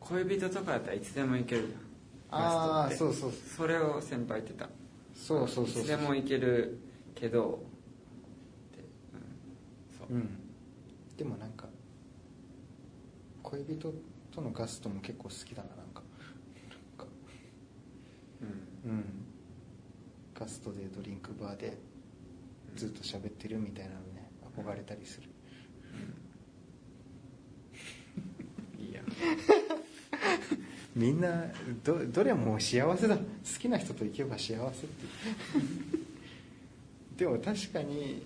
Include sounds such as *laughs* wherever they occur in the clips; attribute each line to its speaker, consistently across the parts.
Speaker 1: 恋人とかだったらいつでも行けるじゃんラ
Speaker 2: ああ
Speaker 1: スト
Speaker 2: そ
Speaker 1: っ
Speaker 2: う
Speaker 1: て
Speaker 2: そ
Speaker 1: そ
Speaker 2: う
Speaker 1: れを先輩言ってた
Speaker 2: そうそうそう
Speaker 1: いつでも行けるけどってう
Speaker 2: うんんでもなんか恋人とのガストも結構好きだななんかなんか
Speaker 1: そううん
Speaker 2: うんガストでドリンクバーでずっと喋ってるみたいなのね憧れたりする
Speaker 1: いいや
Speaker 2: みんなどどれも幸せだ好きな人と行けば幸せって *laughs* でも確かに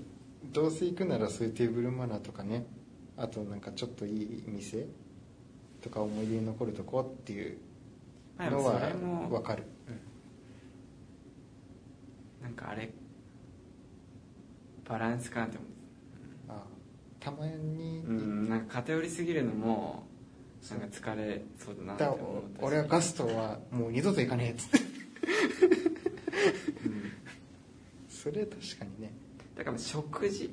Speaker 2: どうせ行くならそういうテーブルマナーとかねあとなんかちょっといい店とか思い出に残るとこっていう
Speaker 1: まあで
Speaker 2: の
Speaker 1: も
Speaker 2: は
Speaker 1: それも
Speaker 2: 分かる、
Speaker 1: なんかあれバランスかなって思
Speaker 2: あたまに、
Speaker 1: ううんなんか偏りすぎるのもなんか疲れそうだなって
Speaker 2: だ
Speaker 1: 思ったし
Speaker 2: 俺はガストはもう二度と行かねえっつって
Speaker 1: うん
Speaker 2: *laughs* それ確かにね、
Speaker 1: だから食事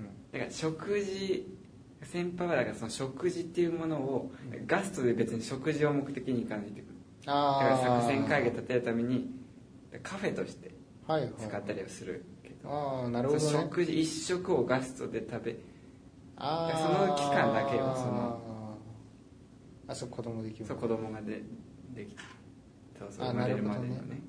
Speaker 2: うん、
Speaker 1: だから食事先輩はだからその食事っていうものを
Speaker 2: うん
Speaker 1: ガストで別に食事を目的に行かないといけないだ
Speaker 2: あ
Speaker 1: か
Speaker 2: ー
Speaker 1: ら作戦会議立てるためにカフェとして
Speaker 2: はいはい
Speaker 1: 使ったりはするけど、
Speaker 2: ああなるほど、ね、
Speaker 1: その食事一食をガストで食べ
Speaker 2: あー
Speaker 1: その期間だけよその
Speaker 2: あそう子供できる
Speaker 1: そう子供がでできてそうそう
Speaker 2: あ
Speaker 1: 生まれるまでのね
Speaker 2: なるほどね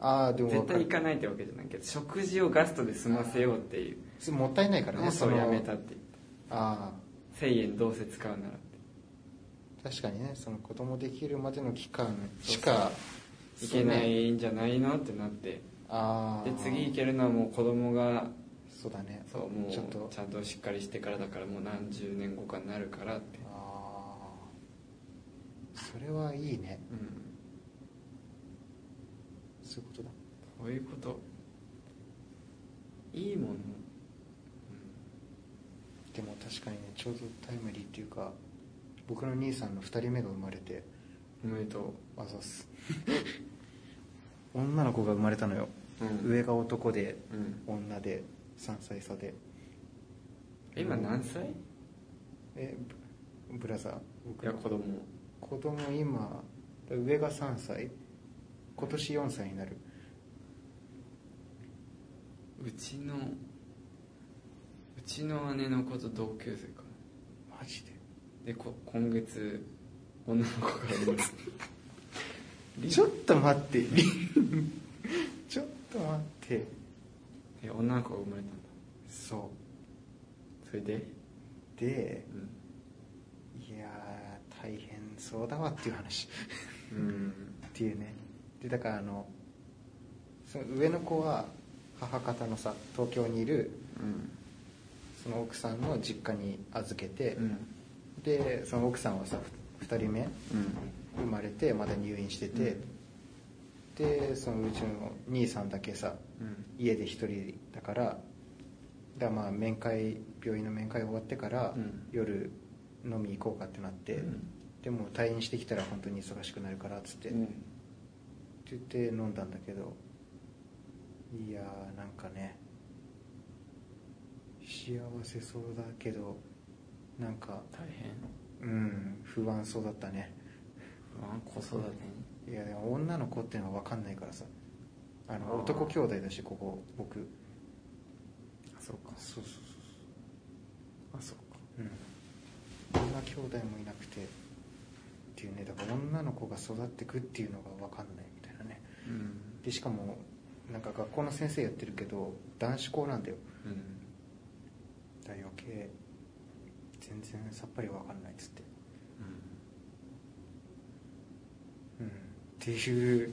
Speaker 2: ああで
Speaker 1: そう
Speaker 2: も
Speaker 1: そう
Speaker 2: 分
Speaker 1: 絶対行か
Speaker 2: かる
Speaker 1: ないってわけじゃないけど食事をガストで済ませようっていう
Speaker 2: それもったいないから
Speaker 1: の
Speaker 2: ね
Speaker 1: を
Speaker 2: そ
Speaker 1: そう
Speaker 2: の
Speaker 1: やめたって言って
Speaker 2: あ
Speaker 1: 1000円どうせ使うならって
Speaker 2: あ確かにねその子供できるまでの期間し
Speaker 1: そう
Speaker 2: か
Speaker 1: いけないんじゃないのってなって
Speaker 2: ああ
Speaker 1: で次行けるのはもう子供が
Speaker 2: そうだね
Speaker 1: そうもう
Speaker 2: ち
Speaker 1: ち
Speaker 2: ょっと
Speaker 1: ゃんとしっかりしてからだからもう何十年後かになるからって
Speaker 2: ああそれはいいね
Speaker 1: うん
Speaker 2: そういうことだ
Speaker 1: こういうこといいもの、
Speaker 2: でも確かにねちょうどタイムリーっていうか僕の兄さんの2人目が生まれて
Speaker 1: うん、おめでと
Speaker 2: あざっす女の子が生まれたのよ、
Speaker 1: うん
Speaker 2: 上が男で
Speaker 1: う、うん、
Speaker 2: 女で3歳差で
Speaker 1: 今何歳い
Speaker 2: えブブラザー僕
Speaker 1: や子供
Speaker 2: 子供今上が3歳今年4歳になる
Speaker 1: うちのうちの姉の子と同級生か
Speaker 2: マジで
Speaker 1: なでこ今月女の子が生まれたり
Speaker 2: ちょっと待ってりちょっと待って
Speaker 1: え女の子が生まれたんだ
Speaker 2: そ
Speaker 1: それで、
Speaker 2: うで
Speaker 1: うん
Speaker 2: いやー大変そうだわっていう話
Speaker 1: うん
Speaker 2: っていうねでだからあのその上の子は母方のさ東京にいる
Speaker 1: うん
Speaker 2: その奥さんの実家に預けて、
Speaker 1: うん
Speaker 2: でその奥さんはさ2人目
Speaker 1: うん
Speaker 2: 生まれてまだ入院してて、でそのうちの兄さんだけさ
Speaker 1: うん
Speaker 2: 家で1人だからだからまあ面会病院の面会終わってから、
Speaker 1: うん
Speaker 2: 夜飲み行こうかってなって、
Speaker 1: うん
Speaker 2: でも退院してきたら本当に忙しくなるからっつって、
Speaker 1: うん
Speaker 2: って言って飲んだんだけどいやーなんかね幸せそうだけどなんか
Speaker 1: 大変
Speaker 2: うん不安そうだったね
Speaker 1: 不安子育て
Speaker 2: いやでも女の子ってのは分かんないからさあ
Speaker 1: あー
Speaker 2: の男兄弟だしここ僕
Speaker 1: あそうか
Speaker 2: そうそうそう
Speaker 1: あそうか
Speaker 2: うん女兄弟もいなくてっていうねだから女の子が育ってくっていうのが分かんないみたいなね
Speaker 1: うん
Speaker 2: でしかもなんか学校の先生やってるけど男子校なんだよ
Speaker 1: うん
Speaker 2: だから余計全然さっぱり分かんないっつってうんっていう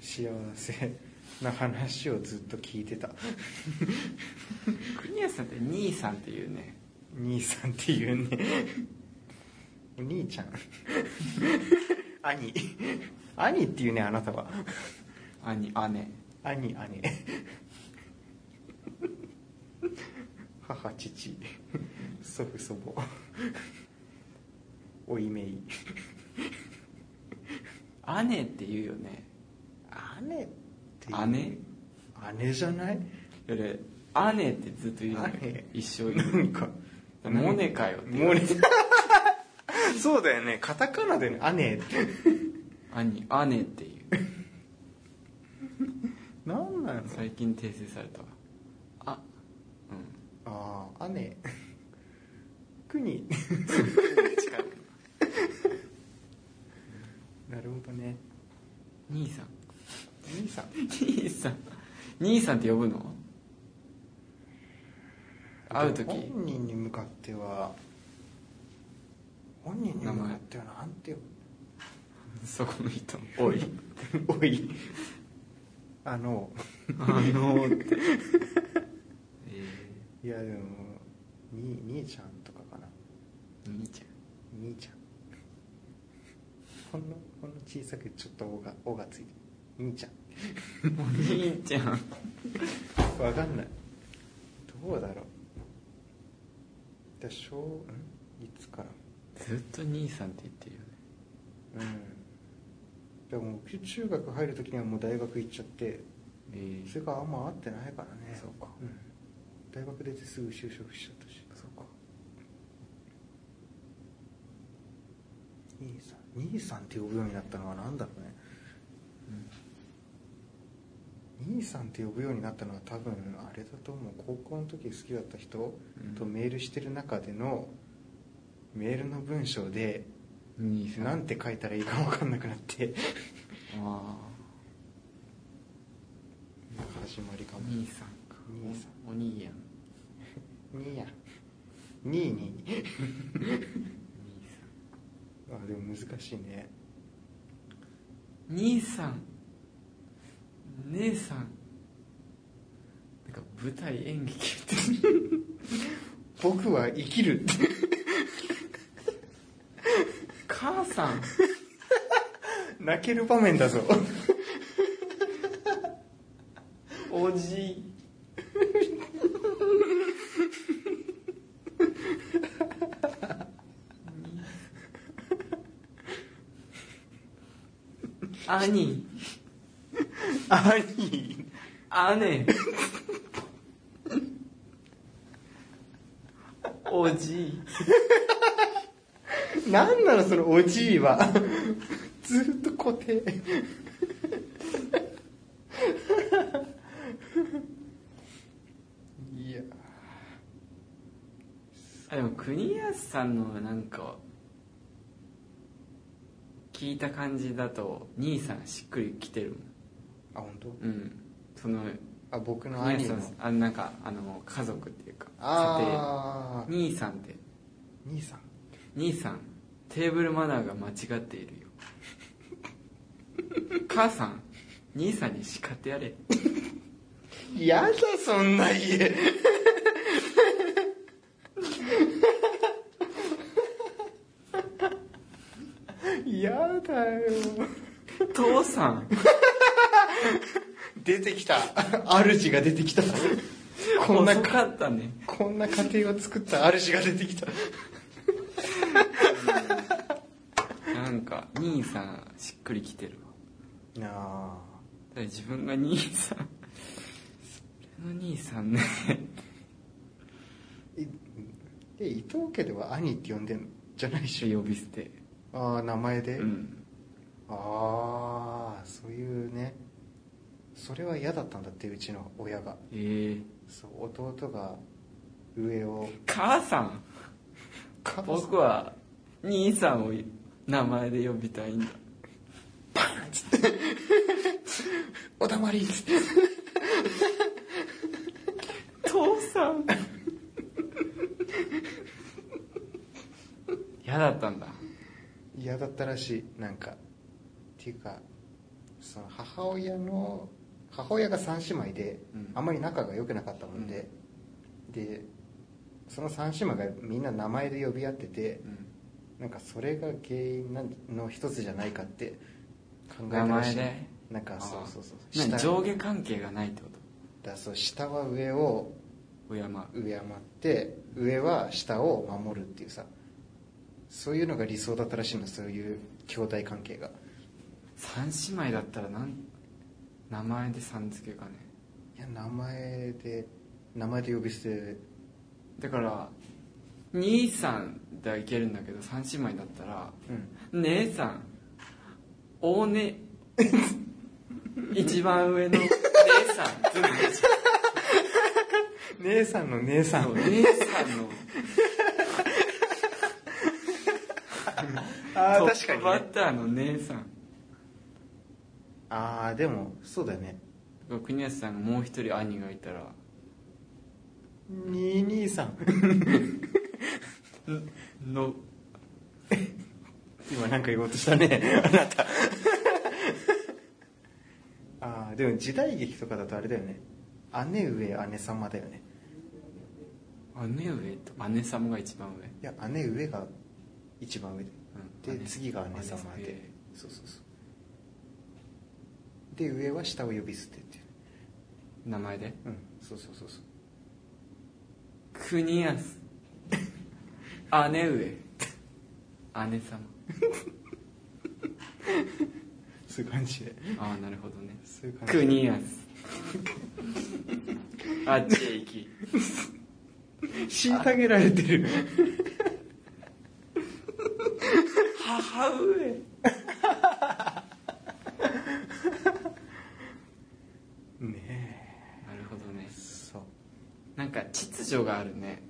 Speaker 2: 幸せな話をずっと聞いてた *laughs*
Speaker 1: 国安さんって兄さんっていうね
Speaker 2: 兄さんっていうねお兄 *laughs* ちゃん兄兄っていうねあなたは
Speaker 1: 兄姉
Speaker 2: 兄 *laughs* 姉母父祖父祖母おいめい
Speaker 1: 姉って言うよね
Speaker 2: 姉っていう
Speaker 1: 姉
Speaker 2: 姉じゃない
Speaker 1: いやで姉ってずっと言うよね
Speaker 2: 姉
Speaker 1: 一生
Speaker 2: なんか
Speaker 1: *laughs* モネかよって言
Speaker 2: モ
Speaker 1: わ
Speaker 2: ネ
Speaker 1: れて
Speaker 2: そうだよねカタカナでね「姉」って
Speaker 1: 兄姉っていう
Speaker 2: なんなんそれ
Speaker 1: 最近訂正されたわあう
Speaker 2: ああ姉国
Speaker 1: ん近く
Speaker 2: *laughs* なるほどね
Speaker 1: 兄さん
Speaker 2: 兄さん
Speaker 1: 兄さん兄さんって呼ぶの会う時
Speaker 2: 本人に向かっては本人に向かってはなんて呼ぶ
Speaker 1: そこの人おい
Speaker 2: *laughs* おいあの
Speaker 1: あのーってえ
Speaker 2: *laughs* いやでもに兄ちゃんとかかな
Speaker 1: ー、兄ちゃん
Speaker 2: 兄ちゃんほんのほんの小さくちょっと「お」が「お」がついてる兄ちゃん
Speaker 1: お兄ちゃん
Speaker 2: わかんないどうだろうだ小んいつから
Speaker 1: ずっと兄さんって言ってるよね
Speaker 2: うんでも僕中学入る時にはもう大学行っちゃって
Speaker 1: えー、
Speaker 2: それからあんま会ってないからね
Speaker 1: そうか
Speaker 2: ん、大学出てすぐ就職しちゃったし
Speaker 1: そうか
Speaker 2: 兄さん兄さんって呼ぶようになったのは何だろうね兄さんって呼ぶようになったのは多分あれだと思う高校の時好きだった人とメールしてる中でのメールの文章で
Speaker 1: うん兄さん
Speaker 2: 何て書いたらいいか分かんなくなって
Speaker 1: あ
Speaker 2: 始まりか
Speaker 1: あ
Speaker 2: も
Speaker 1: 兄さんか
Speaker 2: 兄
Speaker 1: ん
Speaker 2: さ
Speaker 1: お兄やん
Speaker 2: にやにに
Speaker 1: 兄さん
Speaker 2: あでも難しいね
Speaker 1: 兄さん姉さんなんか舞台演劇みたいな
Speaker 2: 僕は生きる *laughs* って
Speaker 1: 母さん
Speaker 2: 泣ける場面だぞ *laughs*
Speaker 1: おじい兄
Speaker 2: 兄
Speaker 1: 姉おじい
Speaker 2: なんなのそのおじいはずっと固定 *laughs* いや
Speaker 1: あでも国安さんのなんか聞いた感じだと兄さんしっくりきてるもん
Speaker 2: あ本当
Speaker 1: うんその
Speaker 2: あ僕の
Speaker 1: 兄
Speaker 2: 兄
Speaker 1: さ
Speaker 2: の
Speaker 1: んあなんかあの家族っていうか
Speaker 2: あ
Speaker 1: 家
Speaker 2: あ
Speaker 1: 庭兄さんって
Speaker 2: 兄さん
Speaker 1: 兄さんテーブルマナーが間違っている *laughs* よ母さん兄さんに叱ってやれ
Speaker 2: やだそんな家 *laughs* やだよ
Speaker 1: 父さ *laughs* ん
Speaker 2: 出てきた *laughs* 主が出てきた *laughs* こんな
Speaker 1: 遅かったね
Speaker 2: こんな家庭を作った主が出てきた
Speaker 1: なんか兄さんしっくりきてるわ
Speaker 2: あ
Speaker 1: ただ自分が兄さんそれの兄さんね
Speaker 2: ーいえ伊藤家では兄って呼んでんのじゃないっし
Speaker 1: 一緒呼び捨て
Speaker 2: ょああ名前で、
Speaker 1: うん
Speaker 2: ああそういうねそれは嫌だったんだってうちの親が
Speaker 1: えー、
Speaker 2: そう弟が上を
Speaker 1: 母さん僕は兄さんを名前で呼びたいんだ
Speaker 2: パンッつって「おだまり」っつって
Speaker 1: 父さん *laughs* 嫌だったんだ
Speaker 2: 嫌だったらしいなんかっていうかその母親の母親が3姉妹で、
Speaker 1: うん
Speaker 2: あんまり仲が良くなかったもんで、でその3姉妹がみんな名前で呼び合ってて
Speaker 1: うん
Speaker 2: なんかそれが原因なんの一つじゃないかって考え
Speaker 1: 名
Speaker 2: たらし
Speaker 1: 前
Speaker 2: い
Speaker 1: で
Speaker 2: なんかそう
Speaker 1: ああ
Speaker 2: そうそう
Speaker 1: 何
Speaker 2: 下
Speaker 1: 上下関係がないってこ
Speaker 2: だそう下は上を
Speaker 1: と敬う
Speaker 2: 敬って上は下を守るっていうさそういうのが理想だったらしいのそういう兄弟関係が
Speaker 1: 三姉妹だったらなん名前でさん付けかね
Speaker 2: いや名前で名前で呼び捨て
Speaker 1: だから23ではいけるんだけど3姉妹だったら
Speaker 2: うん
Speaker 1: 「姉さん大ね」 *laughs* 一番上の「姉さん」つながっちゃ
Speaker 2: 姉さんの姉さん
Speaker 1: う姉さんの
Speaker 2: *laughs* あ
Speaker 1: トッ
Speaker 2: あ確
Speaker 1: プ
Speaker 2: か
Speaker 1: バ
Speaker 2: にね
Speaker 1: ッターの姉さん
Speaker 2: ああでもそうだよね
Speaker 1: 国安さんがもう一人兄がいたら
Speaker 2: 223
Speaker 1: 「の
Speaker 2: 今なんか言おうとしたね *laughs* あなたああでも時代劇とかだとあれだよね姉上姉様だよね
Speaker 1: 姉上」と「姉様」が一番上
Speaker 2: いや姉上が一番上で
Speaker 1: うん
Speaker 2: で次が姉様
Speaker 1: 姉
Speaker 2: でそうそうそうで上は下を呼び捨てっていう
Speaker 1: 名前で
Speaker 2: うんそうそうそうそう
Speaker 1: 国安姉上姉様
Speaker 2: そういう感じで
Speaker 1: ああなるほどね
Speaker 2: そういう感じで
Speaker 1: 国安 *laughs* あっちへ行き
Speaker 2: 虐げられてる
Speaker 1: 母上
Speaker 2: ね
Speaker 1: なるほどね
Speaker 2: えそう
Speaker 1: なんか秩序があるね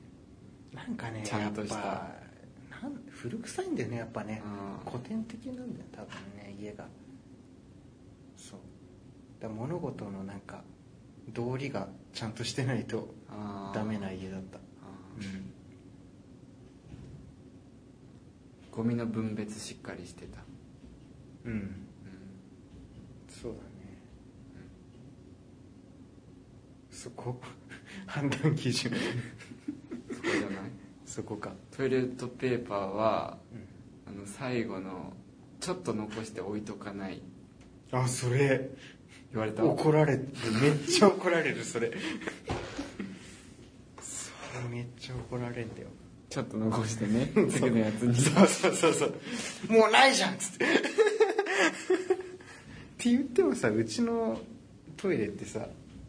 Speaker 2: なんかね
Speaker 1: ちゃんとした
Speaker 2: やっぱなん古臭いんだよねやっぱね
Speaker 1: うん
Speaker 2: 古典的なんだよ多分ね家がそうだから物事のなんか道理がちゃんとしてないと
Speaker 1: あー
Speaker 2: ダメな家だった
Speaker 1: あ
Speaker 2: う
Speaker 1: ー
Speaker 2: ん
Speaker 1: ゴミの分別しっかりしてた、
Speaker 2: うん
Speaker 1: うん、
Speaker 2: そうだねそこ *laughs* 判断基 *laughs* 準
Speaker 1: そこじゃない
Speaker 2: そこか
Speaker 1: トイレットペーパーは
Speaker 2: うん
Speaker 1: あの最後のちょっと残して置いとかない
Speaker 2: あそれ
Speaker 1: 言われた
Speaker 2: 怒られてめっちゃ怒られるそれそれめっちゃ怒られんだよ
Speaker 1: ちょっと残して
Speaker 2: *laughs*
Speaker 1: ね次のやつに
Speaker 2: そうそうそうそうもうないじゃんっつってって言ってもさうちのトイレってさ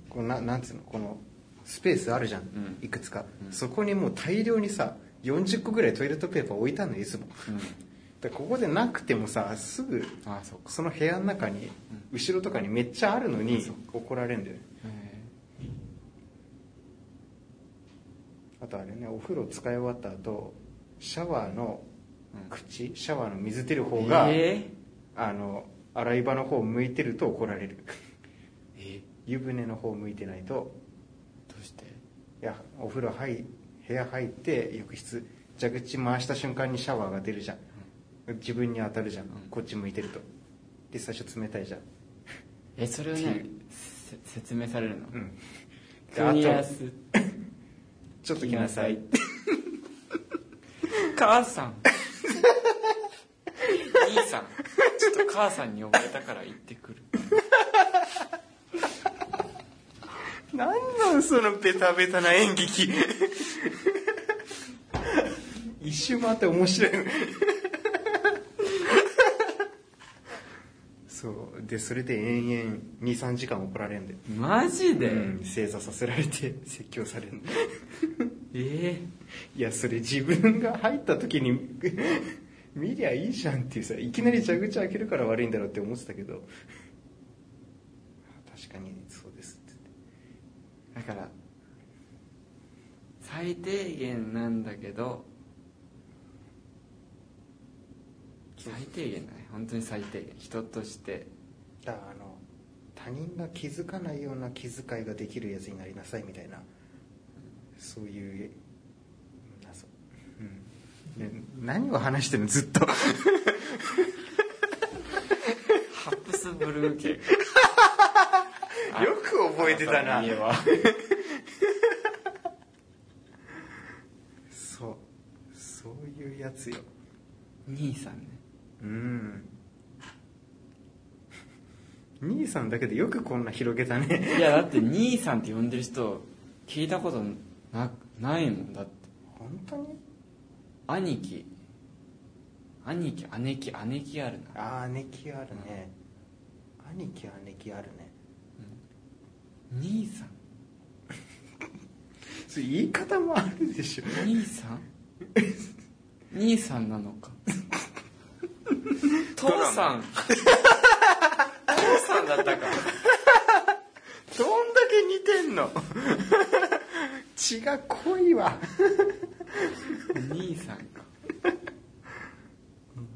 Speaker 2: こうななんつうのこのスペースあるじゃん、
Speaker 1: ん
Speaker 2: いくつか、
Speaker 1: うん
Speaker 2: そこにもう大量にさ40個ぐらいトイレットペーパー置いたのよいつも
Speaker 1: うん
Speaker 2: だからここでなくてもさすぐ
Speaker 1: ああそうか
Speaker 2: その部屋の中に、後ろとかにめっちゃあるのに
Speaker 1: そう
Speaker 2: 怒られるんだよね
Speaker 1: へ
Speaker 2: あとあれねお風呂使い終わった後シャワーの口、シャワーの水出る
Speaker 1: え
Speaker 2: 方が、
Speaker 1: え
Speaker 2: あの洗い場の方向いてると怒られる *laughs*
Speaker 1: ーえ
Speaker 2: 湯船の方向いてないと
Speaker 1: どうして
Speaker 2: いやお風呂入部屋入って浴室蛇口回した瞬間にシャワーが出るじゃん自分に当たるじゃん、
Speaker 1: ん
Speaker 2: こっち向いてるとで最初冷たいじゃん
Speaker 1: えそれを
Speaker 2: って
Speaker 1: ね
Speaker 2: い
Speaker 1: せ説明されるの
Speaker 2: うんであ
Speaker 1: 国
Speaker 2: と
Speaker 1: 安
Speaker 2: ちょっと来なさい
Speaker 1: *laughs* 母さん兄さんちょっと母さんに呼ばれたから行ってくる
Speaker 2: なんなんそのベタベタな演劇一周回って面白いそうでそれで延々23時間怒られるんで、
Speaker 1: マジで、
Speaker 2: うん正座させられて説教される
Speaker 1: え
Speaker 2: いやそれ自分が入った時に見りゃいいじゃんっていうさいきなり蛇口開けるから悪いんだろうって思ってたけど確かにそうですって
Speaker 1: ーだから最低限なんだけど最低限だね本当に最低限人として
Speaker 2: だからあの他人が気づかないような気遣いができるやつになりなさいみたいなそういう謎、うんね、何を話してるのずっ *laughs* と
Speaker 1: ハプスブル *laughs* ー家
Speaker 2: よく覚えてたな
Speaker 1: あなたの家は
Speaker 2: そうそういうやつよ
Speaker 1: 兄さんね
Speaker 2: うん兄さんだけでよくこんな広げたね
Speaker 1: いやだって兄さんって呼んでる人聞いたことなないもんだって
Speaker 2: 本当に
Speaker 1: 兄貴兄貴姉貴姉貴あるな
Speaker 2: ああ姉貴あるね、兄貴は姉貴あるね
Speaker 1: 兄さん
Speaker 2: それ言い方もあるでしょ
Speaker 1: 兄さん兄さんなの
Speaker 2: *laughs*
Speaker 1: か父さん父さんだったか
Speaker 2: どんだけ似てんの *laughs* 血が濃いわ
Speaker 1: 兄さんか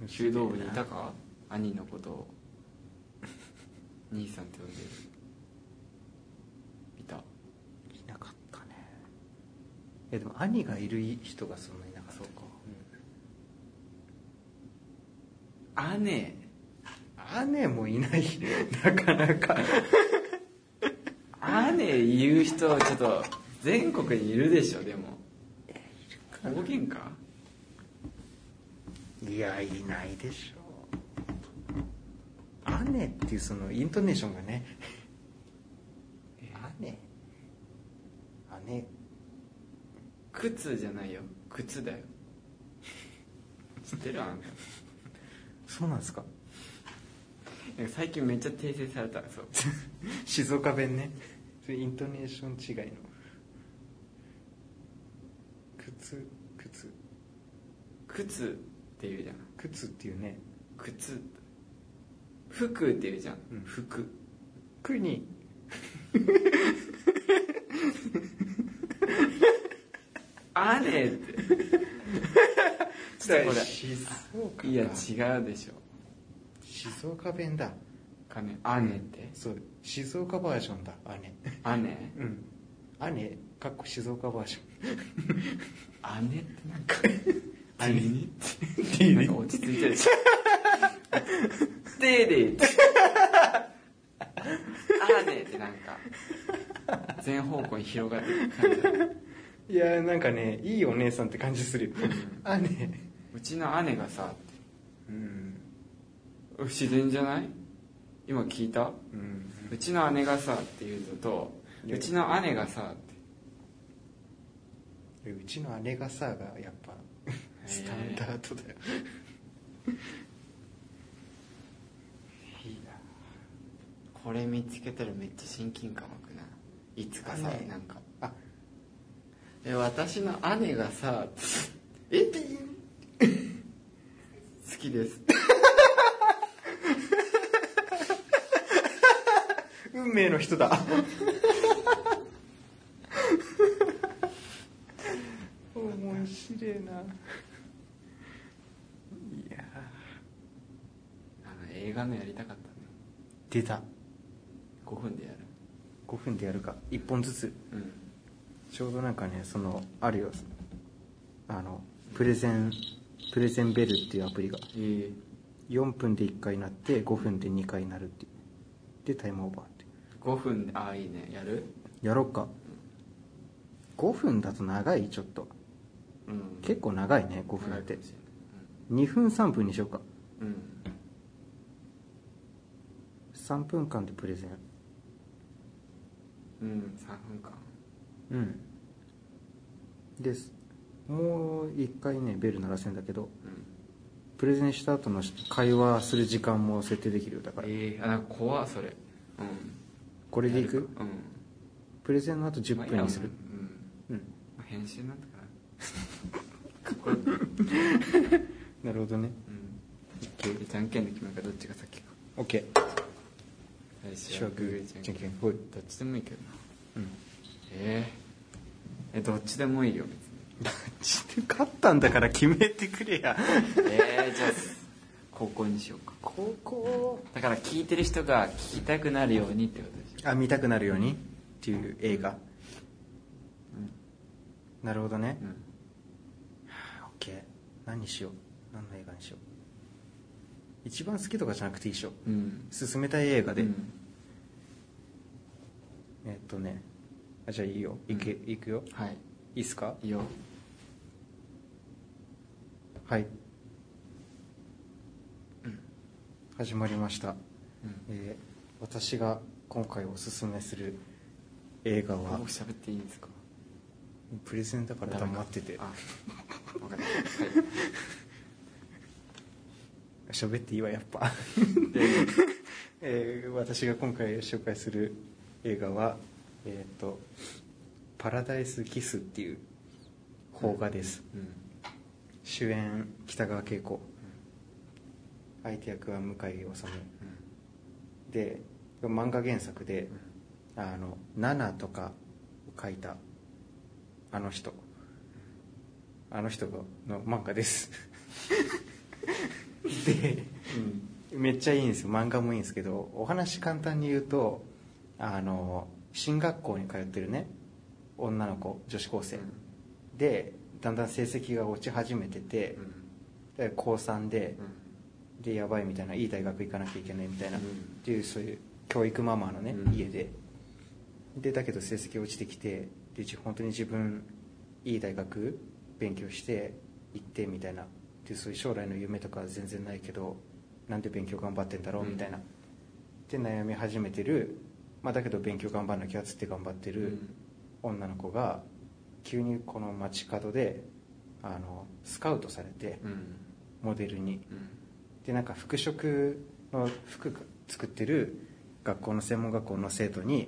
Speaker 1: 弓道部にいたか兄のことを兄さんって呼んでるいた
Speaker 2: いなかったねいやでも兄がいる人がそんなにいなかっ
Speaker 1: そう
Speaker 2: た
Speaker 1: か姉
Speaker 2: 姉もいない *laughs* なかなか
Speaker 1: 姉言う人はちょっと全国にいるでしょでも方言か
Speaker 2: いやいないでしょう姉っていうそのイントネーションがね姉姉
Speaker 1: 靴じゃないよ靴だよ知ってるあんた
Speaker 2: そうなんですか
Speaker 1: なんか最近めっちゃ訂正されたそう
Speaker 2: 静岡弁ねそれイントネーション違いの靴靴
Speaker 1: 靴って言うじゃん
Speaker 2: 靴っていうね
Speaker 1: 靴服って言うじゃん、
Speaker 2: うん
Speaker 1: 服
Speaker 2: くに
Speaker 1: 姉って
Speaker 2: *laughs*
Speaker 1: ちょっとこれ
Speaker 2: 静岡
Speaker 1: いや
Speaker 2: か
Speaker 1: 違うでしょ
Speaker 2: 静岡弁だ
Speaker 1: 金姉って
Speaker 2: そう静岡バージョンだ姉
Speaker 1: 姉
Speaker 2: うん姉かっこ静岡バージ
Speaker 1: 姉ってなんか
Speaker 2: *laughs* ョ
Speaker 1: 姉
Speaker 2: ンに
Speaker 1: なんか落ち着いて
Speaker 2: *laughs*
Speaker 1: るし。テーリーって。アーネーってなんか、全方向に広がってる感じだね
Speaker 2: いやーなんかねいいお姉さんって感じするよ *laughs* 姉
Speaker 1: うちの姉がさ、
Speaker 2: うん
Speaker 1: 不自然じゃない今聞いた
Speaker 2: うん
Speaker 1: うちの姉がさっていうのと、うちの姉がさって。
Speaker 2: うちの姉がさがやっぱ
Speaker 1: へー
Speaker 2: スタンダードだよ *laughs* いいな
Speaker 1: これ見つけたらめっちゃ親近感湧くな。いつかさ
Speaker 2: 姉、
Speaker 1: なんか。
Speaker 2: あ
Speaker 1: え、私の姉がさ、え好きです。
Speaker 2: 運命の人だ面白いないや
Speaker 1: あの映画のやりたかったね
Speaker 2: ー出た
Speaker 1: 5分でやる
Speaker 2: 5分でやるか1本ずつ
Speaker 1: うん
Speaker 2: ちょうどなんかねそのあるよあのプレゼンプレゼンベルっていうアプリが
Speaker 1: ええ
Speaker 2: 4分で1回なって5分で2回なるっていうでタイムオーバーって
Speaker 1: 5分でああいいねやる
Speaker 2: やろっか5分だと長いちょっと
Speaker 1: うん
Speaker 2: 結構長いね5分
Speaker 1: 長
Speaker 2: っ
Speaker 1: いか
Speaker 2: て
Speaker 1: もしれない
Speaker 2: 2分3分にしようか
Speaker 1: うんうん
Speaker 2: 3分間でプレゼン
Speaker 1: うん3分間
Speaker 2: うんですもう1回ねベル鳴らせんだけど
Speaker 1: うん
Speaker 2: プレゼンした後の会話する時間も設定できるよだから
Speaker 1: ええあなんか怖っそれうん
Speaker 2: これでいく
Speaker 1: うん
Speaker 2: プレゼンの後10分にする
Speaker 1: まあいいやうん
Speaker 2: うん
Speaker 1: まあ編集なんだからかっこいい
Speaker 2: なるほどね
Speaker 1: うんでじゃんけんで決めるかどっちが先か
Speaker 2: OK
Speaker 1: 来週
Speaker 2: シ
Speaker 1: は
Speaker 2: ャ
Speaker 1: グー
Speaker 2: グ
Speaker 1: じ
Speaker 2: じ
Speaker 1: ゃ
Speaker 2: ゃ
Speaker 1: ん
Speaker 2: ん
Speaker 1: け
Speaker 2: け
Speaker 1: ん
Speaker 2: んほい
Speaker 1: どっちでもいいけどな
Speaker 2: うん
Speaker 1: えええどっちでもいいよ別に
Speaker 2: して勝ったんだから決めてくれや
Speaker 1: えー、じゃあ高校にしようか
Speaker 2: 高校
Speaker 1: だから聞いてる人が聞きたくなるようにってことでしょ
Speaker 2: あ見たくなるようにっていう映画なるほどね
Speaker 1: うん、うん、
Speaker 2: OK 何にしよう何の映画にしよう一番好きとかじゃなくていいでしょ
Speaker 1: うん
Speaker 2: 進めたい映画で、
Speaker 1: うん
Speaker 2: えっとねあじゃあいいよいけ、いくよ
Speaker 1: はい
Speaker 2: いいっすか
Speaker 1: いいよ
Speaker 2: はい、始まりました、
Speaker 1: うん
Speaker 2: えー私が今回おすすめする映画は
Speaker 1: 僕喋っていいんですか
Speaker 2: プレゼンだか
Speaker 1: ダ
Speaker 2: ら
Speaker 1: メ
Speaker 2: 黙
Speaker 1: か
Speaker 2: ってて
Speaker 1: あ分かりましたはい
Speaker 2: 喋っていいわやっぱ、 *laughs* えー私が今回紹介する映画はえっ、と「パラダイスキス」っていう邦画です、
Speaker 1: うん
Speaker 2: 主演北川景子相手役は向井理で漫画原作で「あの7」とかを書いたあの人あの人の漫画ですで、めっちゃいいんですよ漫画もいいんですけどお話簡単に言うとあの進学校に通ってるね女の子女子高生、でだんだん成績が落ち始めてて、で高3で、でやばいみたいないい大学行かなきゃいけないみたいな、
Speaker 1: うん
Speaker 2: っていうそういう教育ママのね、
Speaker 1: うん
Speaker 2: 家ででだけど成績落ちてきてでじ本当に自分いい大学勉強して行ってみたいなでそういう将来の夢とかは全然ないけどなんで勉強頑張ってんだろうみたいな、
Speaker 1: うん
Speaker 2: で悩み始めてる、まあ、だけど勉強頑張んなきゃっつって頑張ってる女の子が急にこの街角であのスカウトされて、モデルに。でなんか服飾の服作ってる学校の専門学校の生徒に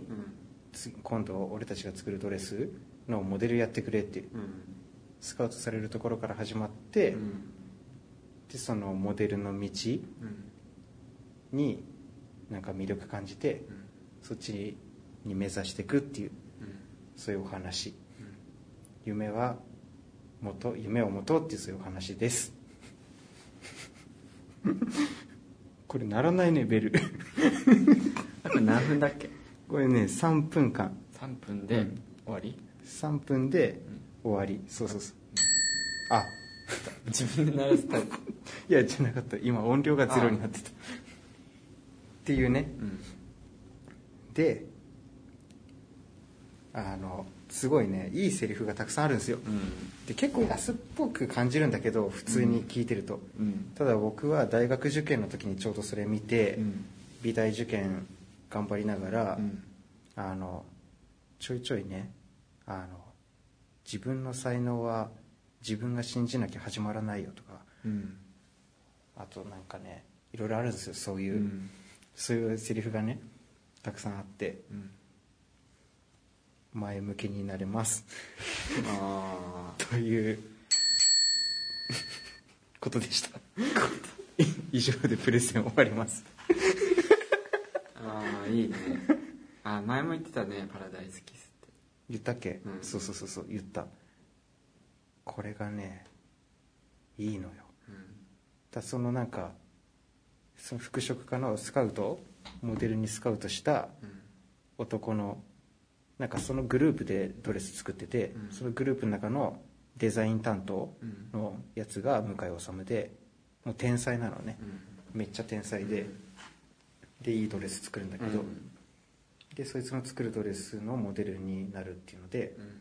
Speaker 2: つ今度俺たちが作るドレスのモデルやってくれってスカウトされるところから始まって、でそのモデルの道になんか魅力感じてそっちに目指していくっていうそういうお話夢は元夢を持とうっていうそういうお話です *laughs* これならないねベル
Speaker 1: あと何分だっけ
Speaker 2: *laughs* これね3分間
Speaker 1: 3分で終わり
Speaker 2: 3分で終わり、そうそうそうあ
Speaker 1: 自分で鳴らすタイプ
Speaker 2: いやじゃなかった今音量がゼロになってたっていうね
Speaker 1: うん
Speaker 2: であのすごいねいいセリフがたくさんあるんですよ、で結構安っぽく感じるんだけど普通に聞いてると、
Speaker 1: うん
Speaker 2: ただ僕は大学受験の時にちょうどそれ見て、
Speaker 1: うん
Speaker 2: 美大受験頑張りながら、
Speaker 1: うん
Speaker 2: あのちょいちょいねあの自分の才能は自分が信じなきゃ始まらないよとか
Speaker 1: うん
Speaker 2: あとなんかねいろいろあるんですよそう
Speaker 1: う
Speaker 2: いう、
Speaker 1: ん
Speaker 2: そういうセリフがねたくさんあって
Speaker 1: うん
Speaker 2: 前向きになれます *laughs*
Speaker 1: あ
Speaker 2: という *laughs* ことでした *laughs* 以上でプレゼン終わります
Speaker 1: ーあーいいねあー前も言ってたねパラダイスキスって
Speaker 2: 言ったっけ、
Speaker 1: うん
Speaker 2: そうそうそうそう言ったこれがねいいのよ
Speaker 1: うん
Speaker 2: だそのなんかその服飾家のスカウトモデルにスカウトした男のなんかそのグループでドレス作ってて、
Speaker 1: うん
Speaker 2: そのグループの中のデザイン担当
Speaker 1: うんうん
Speaker 2: のやつが向井理でもう天才なのね
Speaker 1: う、ん
Speaker 2: めっちゃ天才ででいいドレス作るんだけど、でそいつの作るドレスのモデルになるっていうので
Speaker 1: うん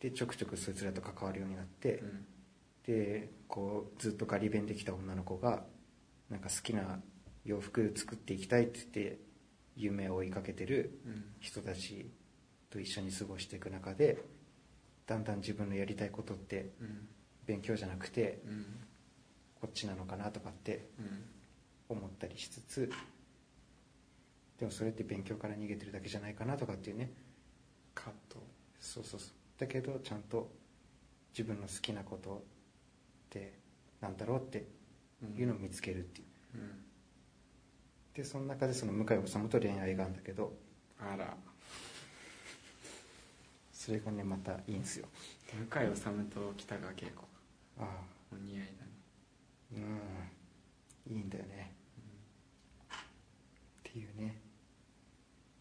Speaker 2: でちょくちょくそいつらと関わるようになって、
Speaker 1: うん
Speaker 2: でこうずっとガリ弁できた女の子がなんか好きな洋服作っていきたいって言って夢を追いかけてる
Speaker 1: うん
Speaker 2: 人たちと一緒に過ごしていく中でだんだん自分のやりたいことって
Speaker 1: うん
Speaker 2: 勉強じゃなくて
Speaker 1: うん
Speaker 2: こっちなのかなとかって
Speaker 1: うん
Speaker 2: 思ったりしつつでもそれって勉強から逃げてるだけじゃないかなとかっていうね
Speaker 1: カット
Speaker 2: そうそうそうだけどちゃんと自分の好きなことってなんだろうっていうのを見つけるっていう。
Speaker 1: うん
Speaker 2: でその中でその向井治と恋愛があるんだけど
Speaker 1: あら
Speaker 2: それがねまたいいんですよ
Speaker 1: 向井治と北川景子が
Speaker 2: ああ
Speaker 1: お似合いだね
Speaker 2: うんいいんだよねっていうね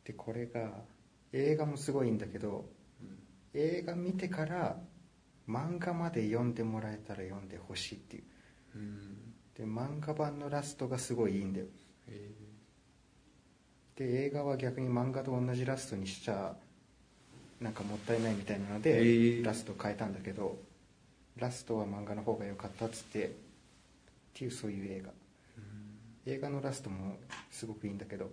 Speaker 2: でこれが映画もすごいいいんだけど映画見てから漫画まで読んでもらえたら読んでほしいっていう
Speaker 1: うんうん
Speaker 2: で漫画版のラストがすごいいいんだよ
Speaker 1: え
Speaker 2: で映画は逆に漫画と同じラストにしちゃなんかもったいないみたいなので、
Speaker 1: えー
Speaker 2: ラスト変えたんだけどラストは漫画の方が良かったっつってっていうそういう映画
Speaker 1: ーうん
Speaker 2: 映画のラストもすごくいいんだけど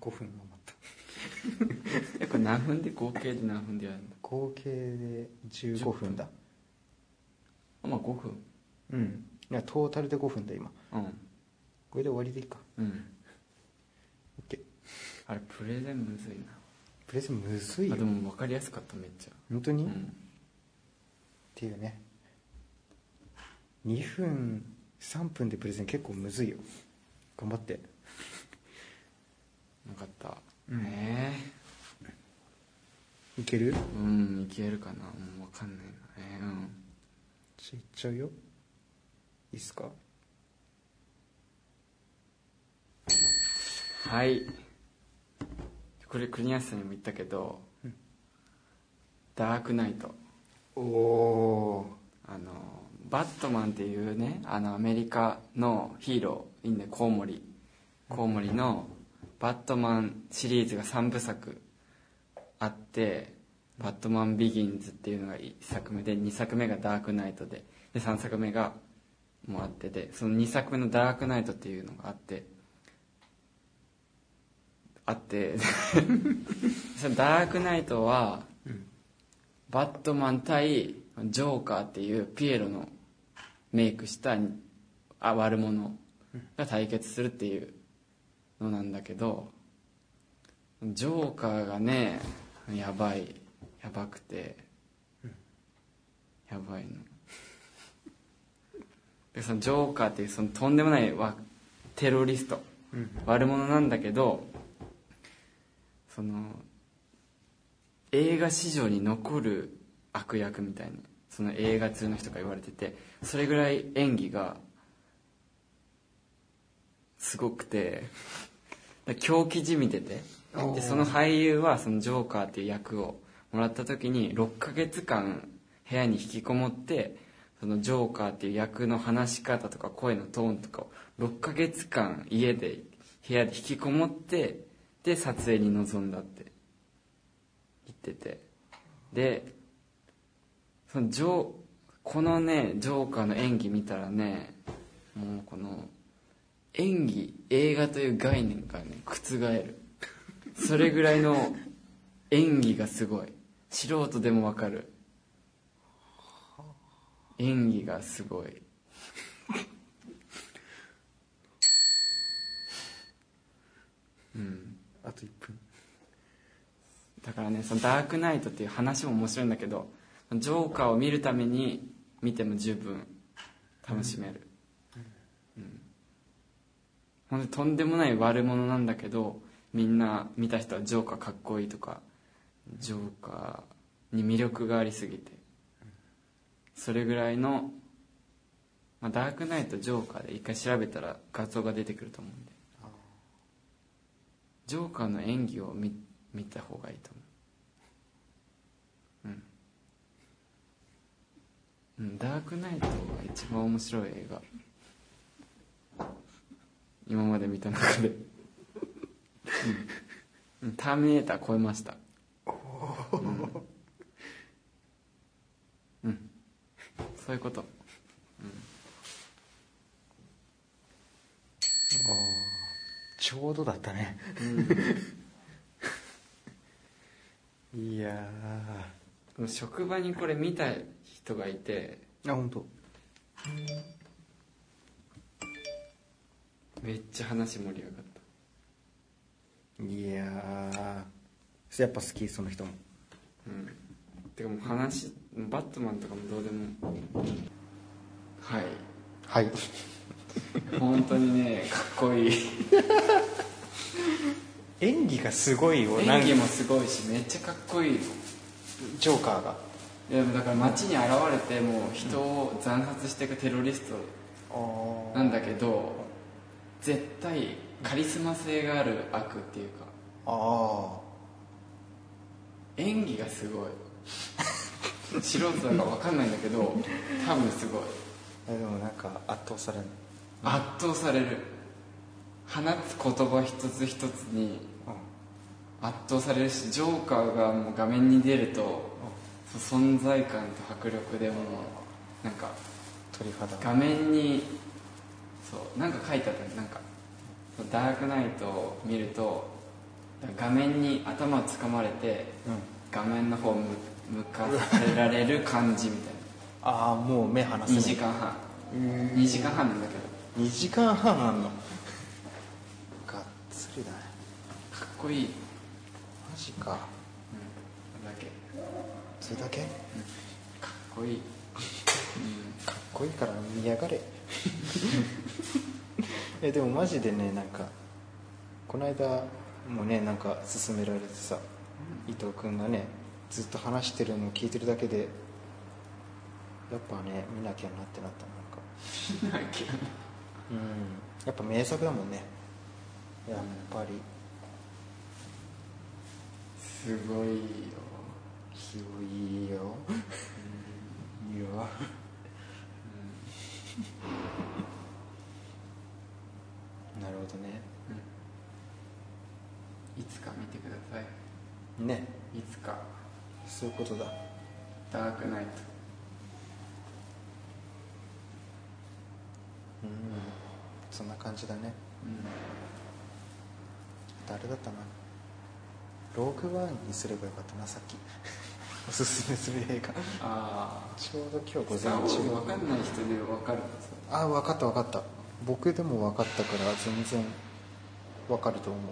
Speaker 2: 5分余った
Speaker 1: えこれ何分で合計で何分でやるんだ
Speaker 2: 合計で15分だ
Speaker 1: あまあ5分
Speaker 2: うんいやトータルで5分だ今
Speaker 1: うん
Speaker 2: これで終わりでいいか
Speaker 1: うん
Speaker 2: OK
Speaker 1: あれプレゼンむずいな
Speaker 2: プレゼンむずいよ
Speaker 1: あでも分かりやすかっためっちゃ、
Speaker 2: 本当に、
Speaker 1: う
Speaker 2: っ
Speaker 1: ん、
Speaker 2: ていうね2分3分でプレゼン結構むずいよ頑張って
Speaker 1: なかった、
Speaker 2: うん
Speaker 1: え
Speaker 2: いける
Speaker 1: えうんいけるかなもう分かんないなえーうん
Speaker 2: じゃあいっちゃうよいいっすか
Speaker 1: はいこれ国安さんにも言ったけど「
Speaker 2: うん
Speaker 1: ダークナイト
Speaker 2: おお」
Speaker 1: あのバットマンっていうねあのアメリカのヒーローいいんだよコウモリコウモリのバットマンシリーズが3部作あって「バットマンビギンズ」っていうのが1作目で2作目が「ダークナイトで」で3作目がもうあってでその2作目の「ダークナイト」っていうのがあってあって *laughs* そのダークナイトはバットマン対ジョーカーっていうピエロのメイクしたあ悪者が対決するっていうのなんだけどジョーカーがねやばいやばくてやばいのでそのジョーカーっていうそのとんでもないわテロリスト
Speaker 2: うん
Speaker 1: 悪者なんだけどその映画史上に残る悪役みたいなその映画通の人が言われててそれぐらい演技がすごくてだから狂気じみてて
Speaker 2: おー
Speaker 1: でその俳優はそのジョーカーっていう役をもらった時に6ヶ月間部屋に引きこもってそのジョーカーっていう役の話し方とか声のトーンとかを6ヶ月間家で部屋で引きこもってで撮影に臨んだって言っててでそのジョーこのねジョーカーの演技見たらねもうこの演技映画という概念がね覆るそれぐらいの演技がすごい素人でもわかる演技がすごいうん
Speaker 2: あと1分
Speaker 1: だからねそのダークナイトっていう話も面白いんだけどジョーカーを見るために見ても十分楽しめるうん、ほんでとんでもない悪者なんだけどみんな見た人はジョーカーかっこいいとかジョーカーに魅力がありすぎてそれぐらいの、まあ、ダークナイトジョーカーで一回調べたら画像が出てくると思うんで
Speaker 2: あー
Speaker 1: ジョーカーの演技を見見た方がいいと思ううん、うん、ダークナイトが一番面白い映画今まで見た中で、うんうん、ターミネーター超えましたうん、うん、そういうこと
Speaker 2: あーちょうどだったね
Speaker 1: うん
Speaker 2: *laughs* いや
Speaker 1: でも職場にこれ見た人がいて
Speaker 2: ーあ本当。
Speaker 1: めっちゃ話盛り上がった
Speaker 2: いやーそれやっぱ好きその人も
Speaker 1: うんてかもう話バットマンとかもどうでもはい
Speaker 2: はい
Speaker 1: 本当にねかっこいい
Speaker 2: 演技がすごいよ
Speaker 1: 演技
Speaker 2: なんか
Speaker 1: もすごいしめっちゃかっこいいよ
Speaker 2: ジョーカーが
Speaker 1: いやだから街に現れてもう人を惨殺していくテロリストなんだけど絶対カリスマ性がある悪っていうか
Speaker 2: あ
Speaker 1: 演技がすごい素人だから分かんないんだけど多分すごい
Speaker 2: あでもなんか圧倒される
Speaker 1: 圧倒される放つ言葉一つ一つに圧倒されるしジョーカーがもう画面に出るとそ存在感と迫力でもうなんか
Speaker 2: 鳥肌
Speaker 1: 画面にそうなんか書いてあったなんか「ダークナイト」を見ると画面に頭をつかまれて
Speaker 2: うん
Speaker 1: 画面の方を向向かせられる感じみたい
Speaker 2: ああもう目離
Speaker 1: な
Speaker 2: せ
Speaker 1: 2
Speaker 2: ない
Speaker 1: 時間半
Speaker 2: うーん
Speaker 1: 2時間半なんだけど
Speaker 2: 2時間半あんのがっつりだね
Speaker 1: かっこいい
Speaker 2: マジかそれだけか
Speaker 1: かっこいい、うん、
Speaker 2: っこいいから見やがれ *laughs* えでもマジでねなんかこの間もねなんか勧められてさ伊藤君がねずっと話してるのを聞いてるだけでやっぱね見なきゃなってなったなんかうんやっぱ名作だもんねやっぱり
Speaker 1: すごいよ
Speaker 2: すごいよいいよなるほどね
Speaker 1: いつか見てください
Speaker 2: ね
Speaker 1: いつか
Speaker 2: そういうことだ
Speaker 1: ダークナイト
Speaker 2: うんそんな感じだね
Speaker 1: うん
Speaker 2: あとあれだったなローグワンにすればよかったなさっきおすすめする映画
Speaker 1: ああ
Speaker 2: ちょうど今日
Speaker 1: さ
Speaker 2: 午前中
Speaker 1: 分かんない人で分かる
Speaker 2: あ分かった分かった僕でも分かったから全然分かると思う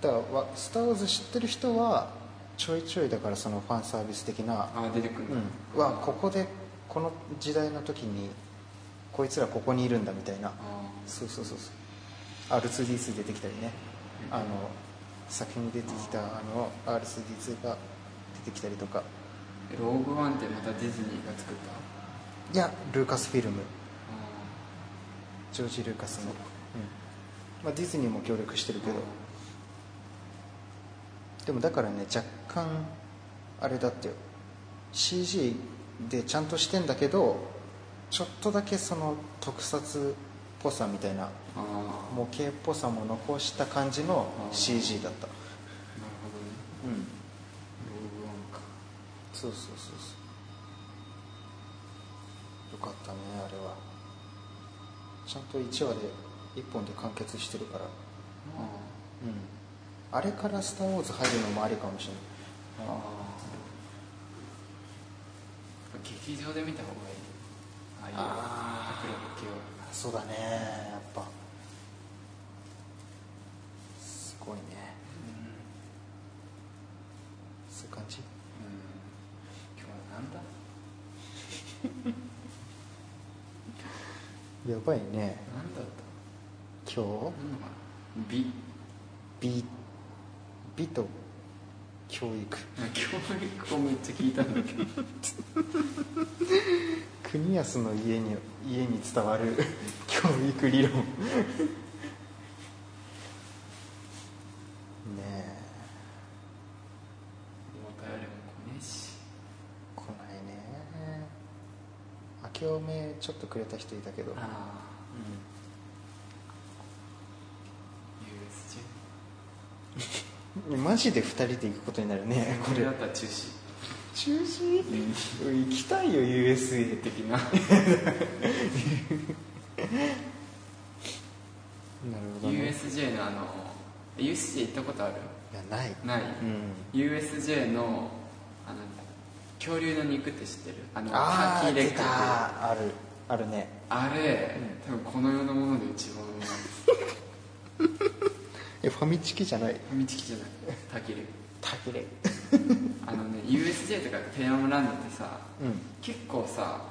Speaker 2: だからわ「スター・ウォーズ」知ってる人はちょいちょいだからそのファンサービス的な
Speaker 1: ああ出てくる
Speaker 2: うん、わここでこの時代の時にこいつらここにいるんだみたいな
Speaker 1: あ
Speaker 2: そうそうそうそう R2D2 出てきたりねあの作品に出てきたあの R2D2 が出てきたりとか
Speaker 1: ーローグワンってまたディズニーが作った
Speaker 2: いやルーカスフィルム
Speaker 1: あ
Speaker 2: ジョージ・ルーカスの、うんまあ、ディズニーも協力してるけどでもだからね若干あれだってよ CG でちゃんとしてんだけどちょっとだけその特撮っぽさみたいな
Speaker 1: あああ
Speaker 2: 模型っぽさも残した感じの
Speaker 1: あー
Speaker 2: CG だった
Speaker 1: なるほどね
Speaker 2: うん
Speaker 1: ローグワンか
Speaker 2: そうそうそうそうよかったねあれはちゃんと1話で1本で完結してるから
Speaker 1: あ
Speaker 2: うんあれから「スター・ウォーズ」入るのもありかもしれ
Speaker 1: あ
Speaker 2: ない
Speaker 1: ああ劇場で見た方がいいああいう
Speaker 2: あ
Speaker 1: 迫力系は
Speaker 2: そうだねやっぱすごいねそういう感じ
Speaker 1: うん今日はなんだ
Speaker 2: やばいね
Speaker 1: なんだった
Speaker 2: 今日
Speaker 1: 何のかな美
Speaker 2: 美美と教育
Speaker 1: 教育をめっちゃ聞いたんだけど
Speaker 2: 国安の家に家に伝わる *laughs* 教育理論ね *laughs* え
Speaker 1: お便りも来ねえし
Speaker 2: 来ないね明けおめちょっとくれた人いたけどうん
Speaker 1: ああ USJ
Speaker 2: マジで2人で行くことになるね *laughs* こ
Speaker 1: これ
Speaker 2: れ
Speaker 1: だったら中止
Speaker 2: 中止行きたいよ USA
Speaker 1: 的な
Speaker 2: なるほどね
Speaker 1: USJ のあの USJ 行ったことある
Speaker 2: いやない
Speaker 1: ない、
Speaker 2: うん
Speaker 1: USJ のあの恐竜の肉って知ってるあの
Speaker 2: あ
Speaker 1: カ
Speaker 2: あ
Speaker 1: キで
Speaker 2: 出
Speaker 1: 食う
Speaker 2: たあるあるね
Speaker 1: あれ、多分この世のもので一番うまい
Speaker 2: えファミチキじゃない
Speaker 1: ファミチキじゃないタキレ
Speaker 2: たけれ
Speaker 1: あのね USJ とかテーマランドってさ
Speaker 2: う
Speaker 1: 結構さ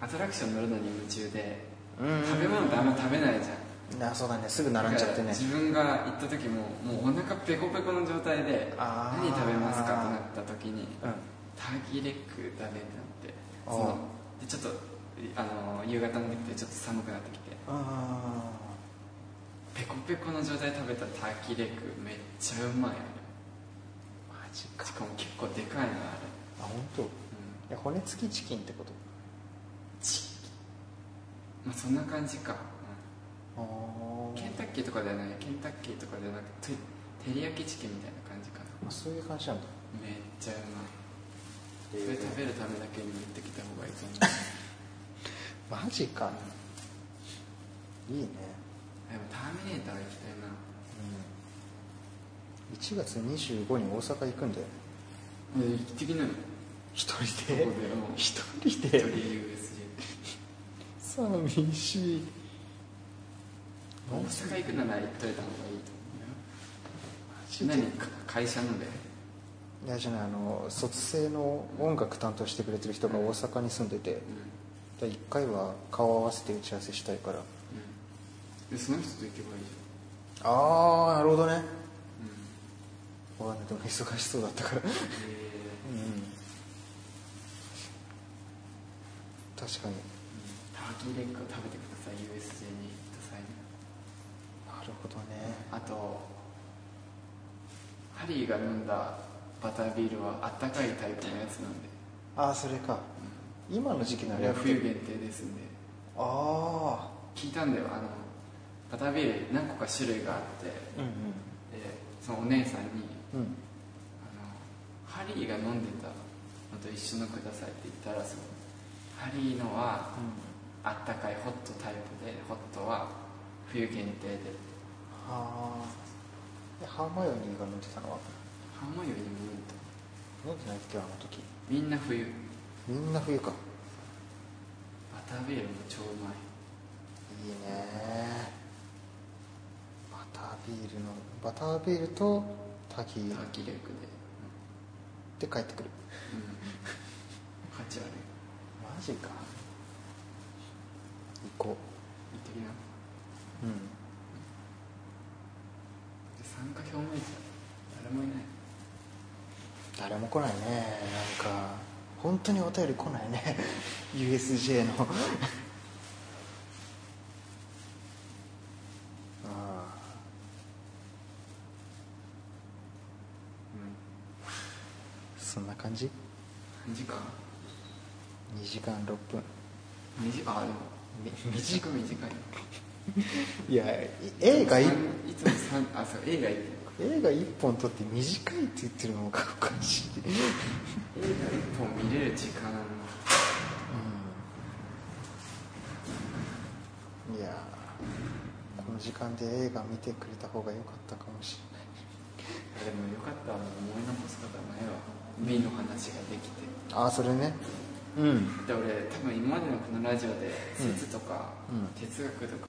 Speaker 1: アトラクション乗るのに夢中で
Speaker 2: んうん
Speaker 1: 食べ物ってあんま食べないじゃん
Speaker 2: なそうだねすぐ並んじゃって
Speaker 1: だから
Speaker 2: ね
Speaker 1: 自分が行った時ももうお腹ペコペコの状態で
Speaker 2: あー
Speaker 1: 何食べますかとなった時に
Speaker 2: うん
Speaker 1: ターキーレッグだねってなって
Speaker 2: あー
Speaker 1: そのでちょっとあの夕方になってきてちょっと寒くなってきて
Speaker 2: あ
Speaker 1: ペコペコの状態で食べたターキーレッグめっちゃうまいあ
Speaker 2: あマジ
Speaker 1: れしかも結構でかいのあれ、
Speaker 2: あ本当。い
Speaker 1: うん
Speaker 2: や骨付きチキンってこと
Speaker 1: まあ、そんな感じか、
Speaker 2: あ
Speaker 1: うん
Speaker 2: ー
Speaker 1: ケンタッキーとかではないケンタッキーとかではなくて照り焼きチキンみたいな感じかな
Speaker 2: あそういう感じなんだ
Speaker 1: めっちゃうまいそ
Speaker 2: え
Speaker 1: れ食べるためだけに持ってきた方がいい
Speaker 2: *laughs*
Speaker 1: と思う
Speaker 2: マジかいいね
Speaker 1: でもターミネーター行きたいな
Speaker 2: うん1月25に大阪行くんだよ
Speaker 1: え行ってきなよ
Speaker 2: 一
Speaker 1: そ
Speaker 2: 人
Speaker 1: こ
Speaker 2: で
Speaker 1: でもう
Speaker 2: 一人
Speaker 1: 一
Speaker 2: で
Speaker 1: 人 USJ
Speaker 2: 寂しい
Speaker 1: 大阪行くなら行っといた方がいいと思うよ
Speaker 2: マジで
Speaker 1: 何か会社ので
Speaker 2: いやじゃないあの卒生の音楽担当してくれてる人が大阪に住んでてだ1回は顔合わせて打ち合わせしたいから
Speaker 1: でその人と行けばいいじ
Speaker 2: ああなるほどね
Speaker 1: ゃん、うん
Speaker 2: わかんないでも忙しそうだったからうん
Speaker 1: え
Speaker 2: 確かに
Speaker 1: ー、ターキーレッグを食べてください USJ に行った際に
Speaker 2: なるほどね
Speaker 1: あとハリーが飲んだバタービールはあったかいタイプのやつなんで
Speaker 2: ああそれか今の時期な
Speaker 1: こ
Speaker 2: ら
Speaker 1: れ
Speaker 2: や
Speaker 1: は
Speaker 2: ってる
Speaker 1: 冬限定ですんで
Speaker 2: あ
Speaker 1: 聞いたんだよあのバタービール何個か種類があって
Speaker 2: あうん
Speaker 1: でそのお姉さんに
Speaker 2: うんうん
Speaker 1: あのハリーが飲んでたのと一緒のくださいって言ったらそのハリーのはあったかいホットタイプでホットは冬限定で
Speaker 2: はあハーマイオニーが飲んでたのは
Speaker 1: ハーマイオニーも飲んだ
Speaker 2: 飲んでないっけあの時
Speaker 1: みんな冬
Speaker 2: みんな冬か
Speaker 1: バタービールも超うまい
Speaker 2: いいねバタービールのバタービールと滝
Speaker 1: タ
Speaker 2: で
Speaker 1: ーキーレッグで、
Speaker 2: 帰ってくる
Speaker 1: うんうん、価値ある
Speaker 2: マジか行こ
Speaker 1: 行ってきな
Speaker 2: ううん
Speaker 1: で参加表明者誰もいない
Speaker 2: 誰も来ないねなんか本当にお便り来ないね *laughs* USJ の *laughs* ああ
Speaker 1: うん
Speaker 2: そんな感じ
Speaker 1: 何時間
Speaker 2: 2時間6分
Speaker 1: 2時あでも
Speaker 2: み
Speaker 1: 短い短い
Speaker 2: いやい映画
Speaker 1: い
Speaker 2: い
Speaker 1: つも三あそう映画行って
Speaker 2: 映画1本撮って短いって言ってるのがおかしい、
Speaker 1: 映画一本見れる時間
Speaker 2: うん、いやこの時間で映画見てくれた方が良かったかもしれない
Speaker 1: でもよかったもう思い残すことはないわメイの話ができて
Speaker 2: ああそれねうん
Speaker 1: で俺多分今までのこのラジオで説とか、
Speaker 2: うん
Speaker 1: 哲学とか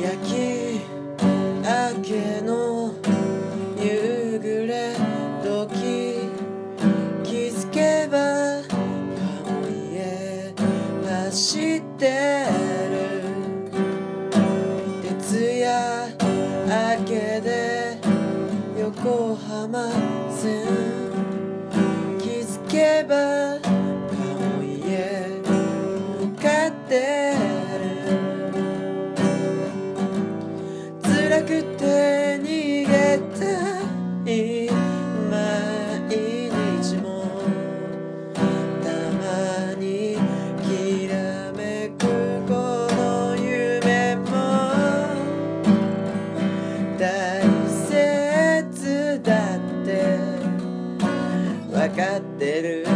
Speaker 3: 焼き明けの夕暮れ時気づけば顔へ走ってる徹夜明けで横浜線気づけば顔へ向かってる辛くて逃げたい毎日もたまにきらめくこの夢も大切だってわかってる